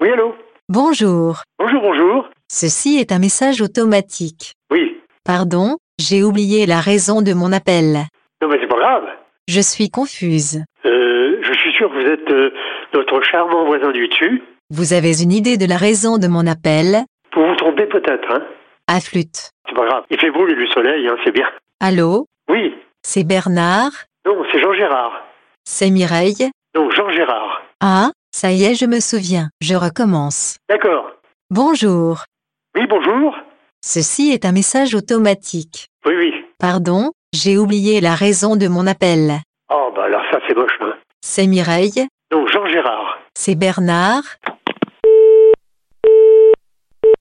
Oui, allô Bonjour, Bonjour, bonjour. ceci est un message automatique. Oui. Pardon, j'ai oublié la raison de mon appel. Non, mais c'est pas grave. Je suis confuse. Euh, je suis sûr que vous êtes euh, notre charmant voisin du dessus. Vous avez une idée de la raison de mon appel Vous vous trompez peut-être, hein À flûte. C'est pas grave. Il fait beau, il y a du soleil, hein, c'est bien. Allô Oui. C'est Bernard Non, c'est Jean Gérard. C'est Mireille Non, Jean Gérard. Ah, ça y est, je me souviens. Je recommence. D'accord. Bonjour, Oui, bonjour. ceci est un message automatique. Oui, oui. Pardon, j'ai oublié la raison de mon appel. Ah, Oh, bah alors ça, c'est moche, hein. C'est Mireille Non, Jean Gérard. C'est Bernard